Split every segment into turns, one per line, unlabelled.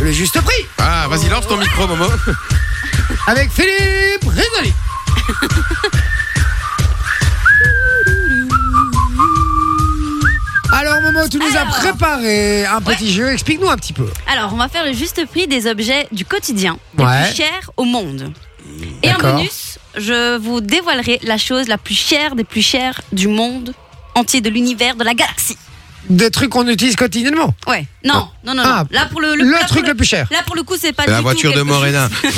le juste prix
Ah, vas-y, lance ton micro, Momo.
Ah,
avec Philippe Rizoli. Alors Momo, tu nous
Alors.
as préparé un petit jeu, explique-nous un petit peu.
Alors, on va faire le juste prix des objets du quotidien les
Ouais.
plus chers au monde. Et en
D'accord.
bonus, je vous dévoilerai la chose la plus chère des plus chères du monde entier, de l'univers, de la galaxie.
Des trucs qu'on utilise quotidiennement.
Ouais. Non, non, non. non.
Ah,
là pour le,
Le,
là, pour
truc le plus cher.
Là pour le coup, c'est pas du
La
tout
voiture de
quelque
Morena.
chose-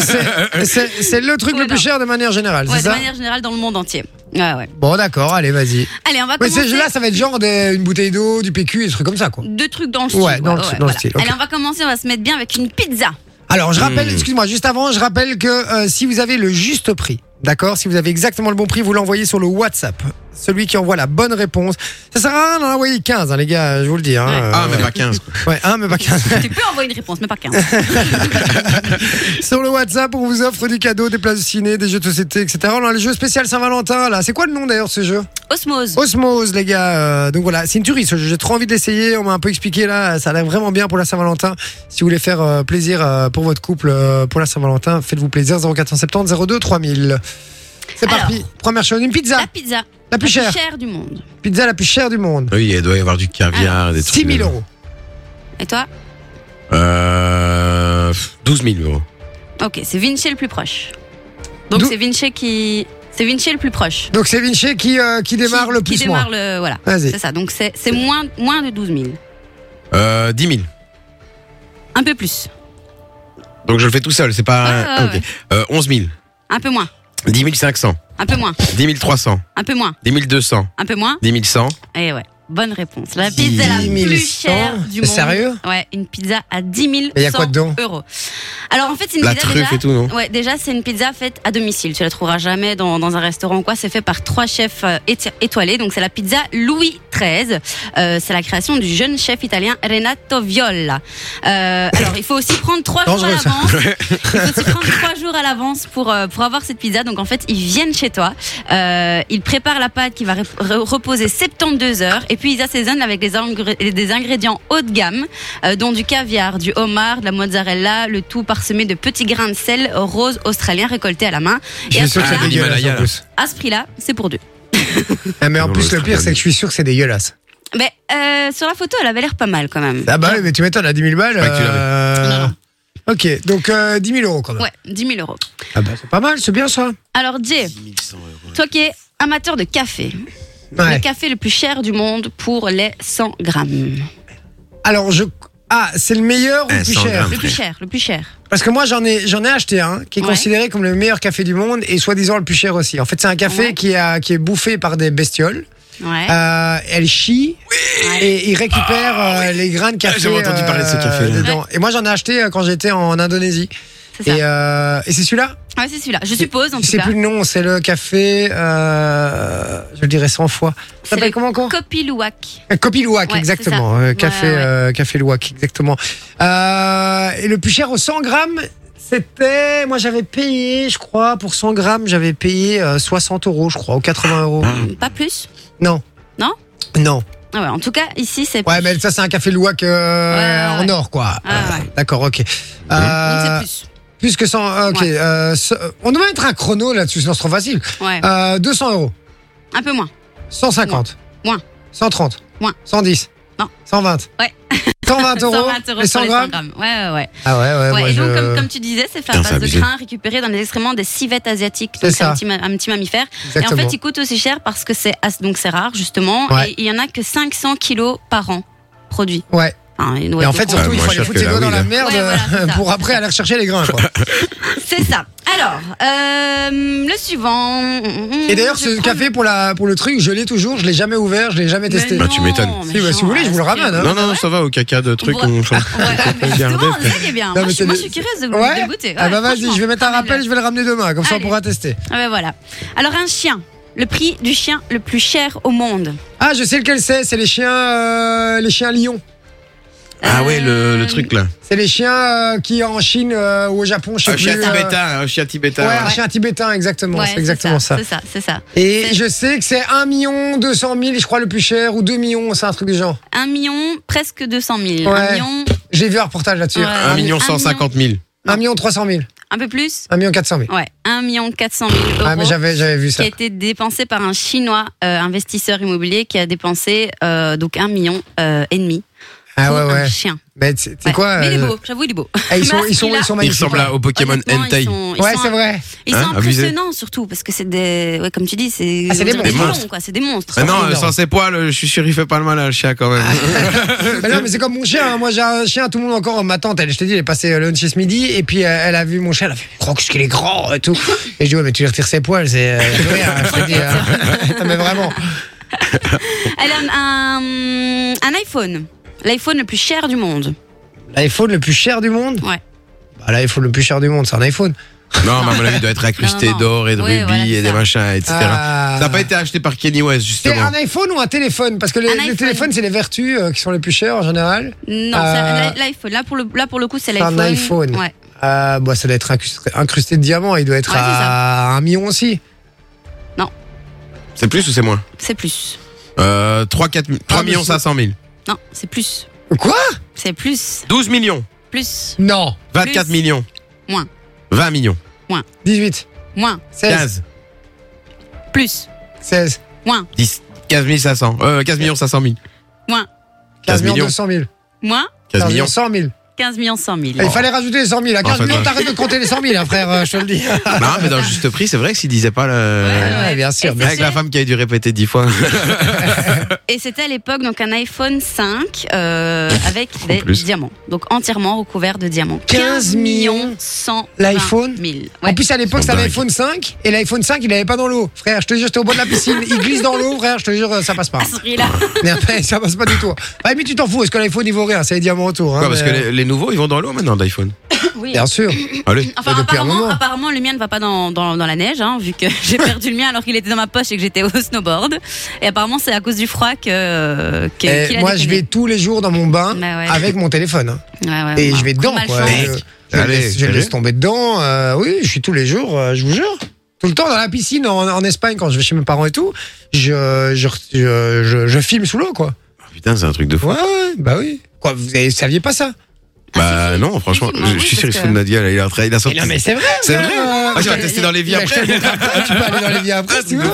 C'est- C'est c'est le truc le
Voilà.
plus cher de manière générale,
Ouais,
c'est
de
ça
manière générale dans le monde entier. Ouais, ouais.
Bon d'accord, allez vas-y.
Allez, on va
Mais
commencer.
ces jeux-là, ça va être genre des- une bouteille d'eau, du PQ, et des trucs comme ça quoi.
Deux trucs dans le style.
Ouais, dans le- dans le style, ok.
Allez, on va commencer. On va se mettre bien avec une pizza.
Alors, je rappelle,
Hmm.
excuse-moi, juste avant, je rappelle que euh, si vous avez le juste prix, d'accord, si vous avez exactement le bon prix, vous l'envoyez sur le WhatsApp. Celui qui envoie la bonne réponse. Ça sert à rien d'en envoyer 15, hein, les gars, je vous le dis. Hein,
Ouais.
Euh,
Ah, mais pas 15. quoi.
ouais, un, mais pas 15.
tu peux envoyer une réponse, mais pas qu'un.
sur le WhatsApp, on vous offre des cadeaux, des places de ciné, des jeux de société, etc. On a le jeu spécial Saint-Valentin, là. C'est quoi le nom d'ailleurs de ce jeu
Osmose.
Osmose, les gars. Euh, donc voilà, c'est une tuerie ce jeu. J'ai trop envie de l'essayer. On m'a un peu expliqué là. Ça a l'air vraiment bien pour la Saint-Valentin. Si vous voulez faire euh, plaisir euh, pour votre couple euh, pour la Saint-Valentin, faites-vous plaisir. 0470 02 3000. C'est
Alors.
parti. Première chose, une pizza.
La pizza.
La plus chère.
du monde.
Pizza la plus chère du monde.
Oui, il doit y avoir du caviar, des trucs.
6 000 euros.
Et toi
Euh. pff, 12 000 euros.
Ok, c'est Vinci le plus proche. Donc
D'où-
c'est Vinci qui. C'est Vinci le plus proche.
Donc c'est Vinci qui, euh, qui démarre
Qui-
le plus
Qui
moins.
démarre le. Voilà.
Vas-y.
C'est ça. Donc c'est c'est moins, moins de 12 000.
Euh, 10 000.
Un peu plus.
Donc je le fais tout seul, c'est pas.
Ah, Ouais, ouais,
ok. Euh, 11 000.
Un peu moins.
10 500.
Un peu moins.
10 300.
Un peu moins.
10 200.
Un peu moins.
10 100.
Et ouais. Bonne réponse. La pizza la
10
plus
100.
chère du
C'est
monde.
sérieux
Ouais, une pizza à 10
Mais y a
100
quoi dedans
euros. Alors en fait, c'est une
La
pizza
truffe
déjà-
et tout, non
Ouais, déjà, c'est une pizza faite à domicile. Tu la trouveras jamais dans, dans un restaurant ou quoi. C'est fait par trois chefs euh, éti- étoilés. Donc, c'est la pizza Louis XIII. Euh, c'est la création du jeune chef italien Renato Viola. Euh, alors, il faut aussi prendre trois jours à
Dangereux, ça.
l'avance. Il faut aussi prendre trois jours à l'avance pour, euh, pour avoir cette pizza. Donc, en fait, ils viennent chez toi. Euh, ils préparent la pâte qui va re- re- reposer 72 heures. Et puis, ils assaisonnent avec des, ingré- des ingrédients haut de gamme, euh, dont du caviar, du homard, de la mozzarella, le tout parsemé de petits grains de sel rose australien récoltés à la main.
Je
Et à
suis
ce
sûr que c'est
prix-là,
dégueulasse,
dégueulasse en
Himalaya,
plus.
à ce prix-là, c'est pour deux.
Ah, mais en
Non,
plus,
le
le pire,
Australien.
c'est que je suis sûr que c'est dégueulasse.
Mais euh, sur la photo, elle avait l'air pas mal quand même.
Ah bah oui, mais tu m'étonnes, à 10 000 balles.
Je croyais que tu l'avais.
euh,
Non, non.
Ok, donc euh, 10 000 euros quand même.
Ouais, 10 000 euros.
Ah bah c'est pas mal, c'est bien ça.
Alors, Jay,
10 100 euros.
toi qui es amateur de café,
Ouais.
le café le plus cher du monde pour les 100 grammes.
Alors je ah c'est le meilleur ou le
Eh,
plus
100
cher
grammes.
Le plus cher, le plus cher.
Parce que moi j'en ai j'en ai acheté un qui est
Ouais.
considéré comme le meilleur café du monde et soi-disant le plus cher aussi. En fait c'est un café
Ouais.
qui a qui est bouffé par des bestioles.
Ouais.
Euh, elle chie
Ouais.
et il récupère
Ah,
euh, les grains de café. euh,
j'avais Ah, entendu parler de ce café, là.
dedans. Et moi j'en ai acheté euh, quand j'étais en Indonésie.
C'est ça.
Et, euh, et c'est celui-là
Ouais, c'est celui-là. Je suppose, en
Je
tout
sais
cas.
plus le nom, c'est le café, euh, je le dirais 100 fois. Ça
C'est
s'appelle
le
comment encore
Copilouac.
Un Copy Luwak,
Ouais,
exactement.
c'est ça.
Euh, café,
Ouais, ouais.
euh, café Luwak, exactement. Euh, et le plus cher au 100 grammes, c'était. Moi, j'avais payé, je crois, pour 100 grammes, j'avais payé euh, 60 euros, je crois, ou 80 euros.
Pas plus.
Non.
Non
Non.
Ah ouais, en tout cas, ici, c'est.
Ouais, mais ça, c'est un café Luwak euh,
Ouais, ouais, ouais.
en or, quoi.
Ah, ouais.
D'accord, ok. Euh,
Donc, c'est
plus que 100. Ok.
Ouais.
euh, ce- on devrait mettre un chrono là-dessus, sinon c'est trop facile.
plus. Ouais.
Euh, 200 euros.
Un peu moins.
150.
Moins.
130.
Moins.
110.
Non.
120.
Ouais.
120 euros.
120 euros
et 100
sur les 100
grammes.
grammes. Ouais, ouais, ouais.
Ah ouais, ouais,
Ouais,
moi
et donc,
je-
comme, comme tu disais, c'est fait à
Putain, c'est
base de
abusé.
grains récupérés dans les excréments des civettes asiatiques.
C'est
Donc, c'est
ça.
un petit, ma- un petit mammifère.
Exactement.
Et en fait, il coûte aussi cher parce que c'est as- donc c'est rare, justement.
Ouais.
Et il y en a que 500 kilos par an produits.
Ouais.
Enfin, une- ouais,
Et en
donc,
fait,
on-
surtout,
Ah,
il
moins
faut aller
cher
foutre
que
les
la
doigts dans
weed.
la merde
Ouais, voilà, c'est
euh,
ça.
pour après aller rechercher les grains. Quoi.
c'est ça. Alors, euh, le suivant.
Et d'ailleurs,
Je
ce
prends-
café pour, la, pour le truc, je l'ai toujours, je l'ai jamais ouvert, je l'ai jamais
Mais
testé.
Bah, tu
non,
m'étonnes.
mais
Si, bah,
non,
si vous voulez, je vous le
reste-
ramène, hein.
Non, non, non, ça va, au caca de trucs,
boit-
on change.
Ouais, ah, mais justement, c'est ça qui est bien. Moi,
mais
je
c'est
suis moi,
le-
je suis curieuse de,
Ouais.
de goûter.
ah
Ouais,
bah vas-y,
franchement,
je vais mettre un
ramène-le.
rappel, je vais le ramener demain, comme ça on
Allez.
pourra tester.
Ah ben voilà. Alors un chien, le prix du chien le plus cher au monde.
Ah, je sais lequel c'est, c'est les chiens, euh, les chiens lions.
Ah ouais, le, le
Euh,
truc là.
C'est les chiens euh, qui en Chine euh, ou au Japon, je sais
Ah, Un
plus.
chien
euh,
tibétain, un chien
Ouais,
tibétain.
un chien tibétain, exactement.
ouais,
c'est exactement ça.
C'est ça, c'est ça.
Et je sais que c'est 1 million 200 000, je crois, le plus cher, ou 2 millions, c'est un truc du genre.
1 million, presque 200 000.
Ouais.
1 million,
J'ai vu un reportage là-dessus.
Ouais.
Un
Un
1
million
million.
150 000.
million 300 000,
un peu plus
1 million 400 000.
Ouais, 1 million 400 000 euros.
Ah, mais j'avais j'avais vu
qui
ça.
a été dépensé par un chinois euh, investisseur immobilier qui a dépensé euh, donc un million euh, et demi
Ah
pour
ouais,
un
ouais.
chien.
Mais c'est c'est
Ouais.
quoi
Mais il
euh,
est beau, j'avoue, il est beau.
ah, ils, sont,
Parce
ils, sont,
qu'il
ils
a-
sont
Il
magnifiques.
ressemble à- au Pokémon
Honnêtement,
Entei.
Ils sont, ils
Ouais,
sont-
c'est vrai.
ils sont
Hein, abusé.
impressionnants surtout parce que c'est des, ouais, comme tu dis, c'est
Ah, c'est des
on dirait
monstres.
lions, quoi, c'est des monstres.
Mais non,
énorme.
euh, sans ses poils, je suis sûr il fait pas le mal à un chien quand même.
Mais non, mais c'est comme mon chien. hein. Moi, j'ai un chien, tout le monde encore. Ma tante, elle, je t'ai dit, elle est passée euh, le lunch ce midi. Et puis, euh, elle a vu mon chien. Elle a fait, croque, qu'est-ce qu'il est grand et tout. Et je dis, ouais, mais tu lui retires ses poils. C'est. euh, rien, hein, je te dis, hein. Non, mais vraiment.
Elle a un, un iPhone, l'iPhone le plus cher du monde.
L'iPhone le plus cher du monde
Ouais.
Bah, L'iPhone le plus cher du monde, c'est un iPhone.
non, mais à mon avis, il doit être incrusté
Non, non, non.
d'or et de
Oui,
rubis
voilà,
et
c'est
des
ça.
machins, etc.
Ah.
Ça n'a pas été acheté par Kenny West,
C'est
justement.
un iPhone ou un téléphone Parce que les,
Un
les
iPhone.
téléphones, c'est les vertus euh, qui sont les plus chères en général.
Non,
Euh,
c'est l'iPhone. Là pour le, là pour le coup, c'est
c'est un
l'iPhone.
iPhone.
Ouais.
Euh, bah, ça doit être incrusté, incrusté de diamants. Il doit être
Ouais, c'est
à un million aussi.
C'est plus ou c'est moins
C'est plus.
euh, 3, 4, 3
Ah, mais
millions
c'est-
500 000.
Non, c'est plus.
Quoi
C'est plus.
12 millions.
Plus.
Non.
24
Plus.
millions.
Moins.
20 millions.
18,
Moins.
16,
15.
Plus.
16,
10, 15 500. Euh, 15 millions 500 000.
15
Moins.
15
millions
millions.
200 000.
Moins
15 millions. Oh.
100 000.
15 millions 100 000.
Il fallait rajouter les 100 000. À 15
fait,
millions,
ouais.
t'arrêtes de compter les 100 000, hein, frère, euh, je te le dis.
non, mais dans le juste prix, c'est vrai que s'il disait pas le.
ouais. bien sûr,
Et
bien
Avec
c'était-
la femme qui avait dû répéter 10 fois.
Et c'était à l'époque donc un iPhone 5 euh, avec des
plus.
diamants. Donc entièrement recouvert de diamants.
15 millions
100
L'iPhone
000.
En
Ouais.
plus, à l'époque,
Ils sont
c'était
dingues.
l'iPhone 5. Et l'iPhone 5, il n'avait pas dans l'eau. Frère, je te jure, j'étais au bord de la piscine. Il glisse dans l'eau, frère, je te jure, euh, ça passe pas.
À ce prix-là.
Mais après, ça passe pas du tout. Bah, mais tu t'en fous, parce que l'iPhone, il vaut rien. C'est les diamants autour. hein,
Quoi, parce que
mais-
les, les nouveaux, ils vont dans l'eau maintenant d'iPhone.
Oui.
Bien sûr.
Allez.
Enfin,
Bah, depuis un
apparemment,
moment.
apparemment, le mien ne va pas dans, dans, dans la neige, hein, vu que j'ai perdu le mien alors qu'il était dans ma poche et que j'étais au snowboard. Et apparemment, c'est à cause du froid que. euh, que-
Eh,
qu'il a
moi, je
déconné.
vais tous les jours dans mon bain
Bah ouais.
avec mon téléphone. hein.
Ouais, ouais,
Et
ouais.
je vais dedans,
Mal
quoi. Euh,
chance.
Je, je
Mec,
le
allez,
laisse, je le laisse
sérieux
tomber dedans. euh, oui, je suis tous les jours, euh, je vous jure. Tout le temps dans la piscine en, en Espagne, quand je vais chez mes parents et tout, je, je, je, je- je filme sous l'eau, quoi.
Ah, Putain, c'est un truc de fou.
Ouais, ouais, bah oui. Quoi, vous avez- saviez pas ça
Bah non, franchement,
si, si,
je, je
oui,
suis sûr
parce
qu'il se fout de notre gueule. Il a, tra- il a sorti.
c'est vrai.
C'est vrai
euh,
Ah, tu vas
euh,
tester dans les vies
il a
après. Ah,
acheté mon contrat, tu peux aller dans les vies après si tu veux.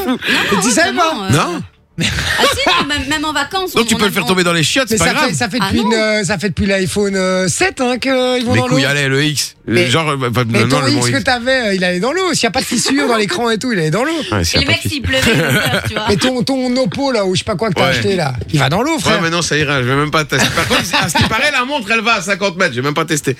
Mais tu savais pas
Vraiment, euh,
Non
Ah si, même, même en vacances.
Donc
on-
tu
on
peux
a-
le
on-
faire tomber dans les chiottes,
Mais
c'est pas
ça fait,
grave.
ça fait
Ah
depuis
non.
une, euh, ça fait depuis l'iPhone euh, 7 hein, qu'ils vont
Les
dans l'eau.
couilles, allez, le X.
Mais-
Genre, bah, bah,
Mais
non,
ton
le
X
mot
que
X.
t'avais, euh, il allait dans l'eau. S'il n'y a pas de fissure dans l'écran et tout, il allait dans l'eau.
Ouais, c'est
Et le
pas
mec,
possible.
s'il pleuvait, il pleure, tu vois.
Et ton, ton Oppo là, ou je sais pas quoi que t'as
Ouais.
acheté là, il va dans l'eau, frère.
Ouais, mais non, ça ira, je vais même pas tester. Par contre, à ce qui paraît, la montre, elle va à 50 mètres, j'ai même pas testé.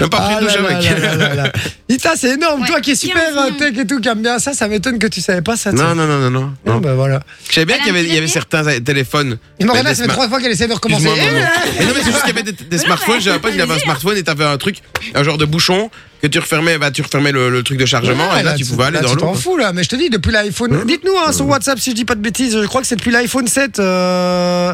Même pas pris
Ah
de douche
là là là
avec.
là là là. Ita, c'est énorme.
Ouais,
Toi qui es super
15
euh,
millions.
tech et tout, qui aime bien ça, ça m'étonne que tu savais pas ça.
Non, non, non, non, non. non.
bah voilà.
Je savais bien
Elle a
qu'il y avait,
un petit
il y avait
dernier
certains euh, téléphones.
Et Morena,
des
ça fait
sma-
trois fois qu'elle essaie de recommencer.
Excuse-moi,
Eh,
maman. Mais non, mais c'est juste qu'il y avait des, des smartphones. J'avais pas, il avait un smartphone et t'avais un truc, un genre de bouchon que tu refermais, bah, tu refermais le, le truc de chargement
ouais,
et là, tu pouvais aller
là,
dans Euh.
Tu t'en
l'eau.
fous là, mais je te dis, depuis l'iPhone. Dites-nous hein, sur WhatsApp si je dis pas de bêtises, je crois que c'est depuis l'iPhone 7. euh,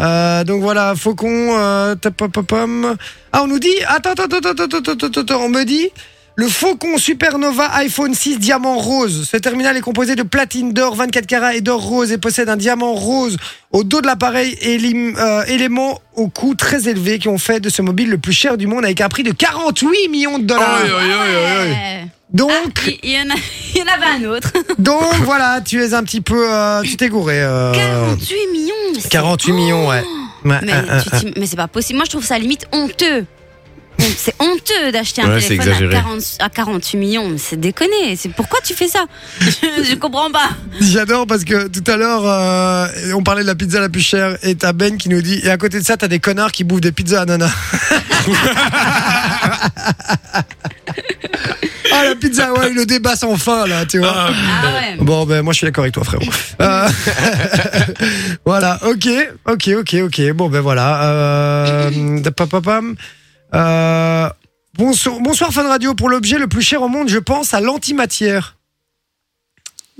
euh, donc voilà, Faucon, euh, tap, pop, pop, pom. Ah, on nous dit. Attends, attends, attends, attends, attends, attends, attends, attends, on me dit. Le Faucon Supernova iPhone 6 diamant rose. Ce terminal est composé de platine d'or, 24 carats et d'or rose et possède un diamant rose au dos de l'appareil et l'im- euh, éléments au coût très élevé qui ont fait de ce mobile le plus cher du monde avec un prix de 48 millions de dollars.
Aïe, aïe,
euh,
aïe, aïe, aïe.
Ouais.
Donc,
Il il y, en a- il y en avait un autre.
Euh. donc voilà, tu es un petit peu. euh, tu t'es gouré. euh,
48 millions. mais c'est-
48 millions, ouais. Ouais,
Oh, Mais,
un, un,
tu t'im- mais c'est pas possible. Moi, je trouve ça limite honteux. Hon- C'est honteux d'acheter un
Ouais, c'est
téléphone à,
exagéré.
40 à 48 millions. Mais C'est déconné. C'est pourquoi tu fais ça je, je comprends pas.
J'adore parce que tout à l'heure, euh, on parlait de la pizza la plus chère et t'as Ben qui nous dit et à côté de ça, t'as des connards qui bouffent des pizzas à nana. ah, la pizza, ouais, le débat sans fin, là, tu vois.
Ah ouais.
Bon, ben, moi, je suis d'accord avec toi, frérot. Euh, voilà, ok, ok, ok, ok. Bon, ben, voilà. Euh, pam, pam, pam. Euh, bonsoir, bonsoir, Fun Radio. Pour l'objet le plus cher au monde, je pense à l'antimatière.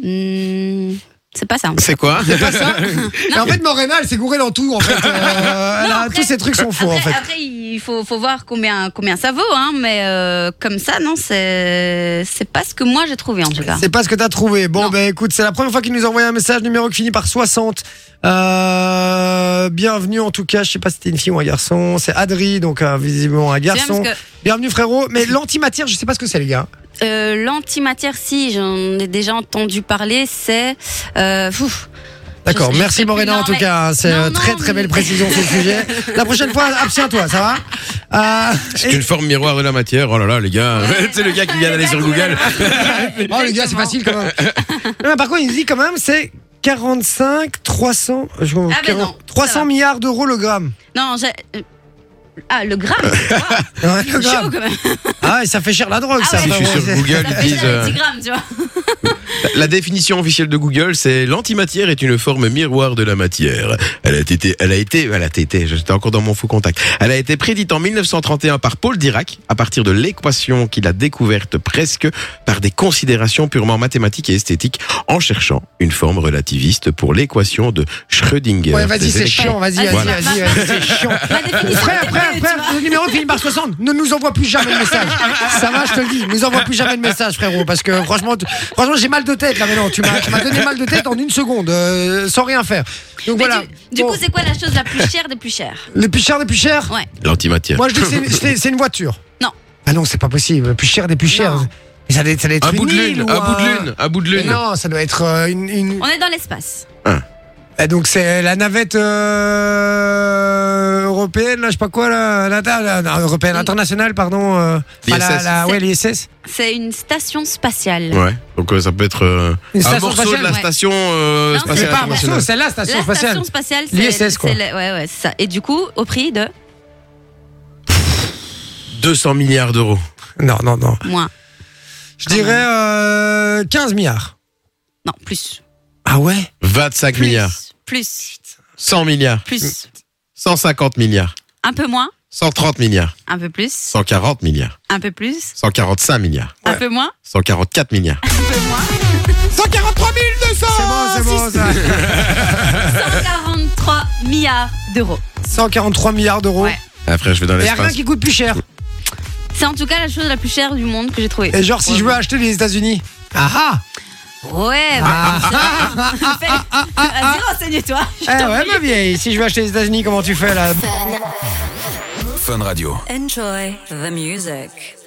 Hmm, C'est pas Ah, ça.
C'est quoi
Mais en fait, Morena, elle s'est gourée dans tout. En fait, Euh, elle a-
après-
tous ces trucs sont faux.
Après,
en fait.
après, il faut, faut voir combien, combien ça vaut, hein, mais euh, comme ça, non, c'est c'est pas ce que moi j'ai trouvé en tout cas.
C'est pas ce que t'as trouvé. Bon,
Non.
ben écoute, c'est la première fois qu'il nous envoie un message numéro qui finit par 60. Euh, bienvenue en tout cas, je sais pas si c'était une fille ou un garçon. C'est Adri, donc euh, visiblement un
C'est bien
garçon.
parce
Bienvenue frérot. Mais l'antimatière, je sais pas ce que c'est les gars.
que euh, l'antimatière, si j'en ai déjà entendu parler, c'est. euh, pff,
D'accord,
Je- je
merci
sais plus,
Morena en
non,
tout
mais-
cas. hein, C'est
Non,
euh,
non,
très très
mais-
belle précision sur le sujet. La prochaine fois, abstiens-toi, ça va Euh,
C'est une forme miroir de la matière. Oh là là, les gars. C'est le gars qui vient d'aller sur Google.
Oh les gars, c'est facile quand même. Non, mais par contre, il dit quand même, c'est 45, 300, je-
Ah, ben non, ça
300
va.
milliards d'euros le gramme.
Non, j'ai. euh, Ah, le gramme Waouh,
Ouais, le
chaud
gramme.
quand même
Ah, et ça fait cher la drogue,
Ah
ça.
ouais.
Si je
Enfin,
suis
bon,
sur
c'est-
Google,
Ça
ils
fait
disent.
déjà
euh,
10 grammes, tu vois
La définition officielle de Google, c'est l'antimatière est une forme miroir de la matière. Elle a été, elle a été, elle a été, j'étais encore dans mon faux contact. Elle a été prédite en 1931 par Paul Dirac à partir de l'équation qu'il a découverte presque par des considérations purement mathématiques et esthétiques en cherchant une forme relativiste pour l'équation de Schrödinger.
Ouais, vas-y, c'est chiant, vas-y,
Ah,
vas-y,
Voilà.
vas-y, vas-y, c'est chiant. Après,
La définition hein. était
après,
mieux, tu vois.
après, le numéro finit par 60. Ne nous envoie plus jamais de message. Ça va, je te le dis. Nous envoie plus jamais de message, frérot. Parce que franchement, tu- franchement j'ai mal de tête là maintenant. Tu m'as tu m'as donné mal de tête en une seconde, euh, sans rien faire. Donc
Mais
voilà.
Du, du
Bon,
coup, c'est quoi la chose la plus chère des plus chères
le plus cher des plus chers
Ouais.
L'antimatière.
Moi, je dis que c'est- c'est c'est une voiture.
Non.
Ah non, c'est pas possible. Le plus cher des plus chers.
Non.
Mais ça doit être, ça doit être
Un
une
bout de
île
lune,
ou
un bout de lune, un bout de
Mais
lune.
non, ça doit être euh, une. une-
On est dans l'espace.
Eh, donc c'est la navette euh, européenne, là, je sais pas quoi, là, la- la- la- européenne,
Oui.
internationale, pardon. euh,
L'ISS.
enfin, la- la- ouais, l'ISS.
C'est une station spatiale.
Ouais. Donc euh, ça peut être euh,
Une
un
station
morceau de
spatiale,
la
ouais.
station euh,
Non,
C'est
spatiale
pas un morceau,
internationale.
c'est la station
la
spatiale.
station spatiale,
L'ISS, quoi.
c'est le- ouais, ouais, c'est ça. Et du coup, au prix de
200 milliards d'euros.
Non, non, non.
moins.
Je dirais euh, 15 milliards.
Non, plus.
Ah ouais
25
Plus.
milliards.
Plus.
100 milliards.
Plus.
150 milliards.
Un peu moins.
130 milliards,
Un peu plus.
140 milliards,
Un peu plus.
145 milliards,
Un peu moins.
144 milliards.
Un peu moins.
143 200
C'est bon, c'est bon, ça.
143 milliards d'euros.
143 milliards d'euros.
Ouais.
Après, je vais dans
Il y a rien
l'espace.
qui coûte plus cher.
C'est en tout cas la chose la plus chère du monde que j'ai trouvée.
Et genre, si je veux acheter les États-Unis. Ah ah
Ouais,
Ah,
bah, fais- Vas-y, renseigne-toi. Je
Eh
t'en
ouais, ma vieille, si je veux acheter les États-Unis, comment tu fais là
Enjoy the music.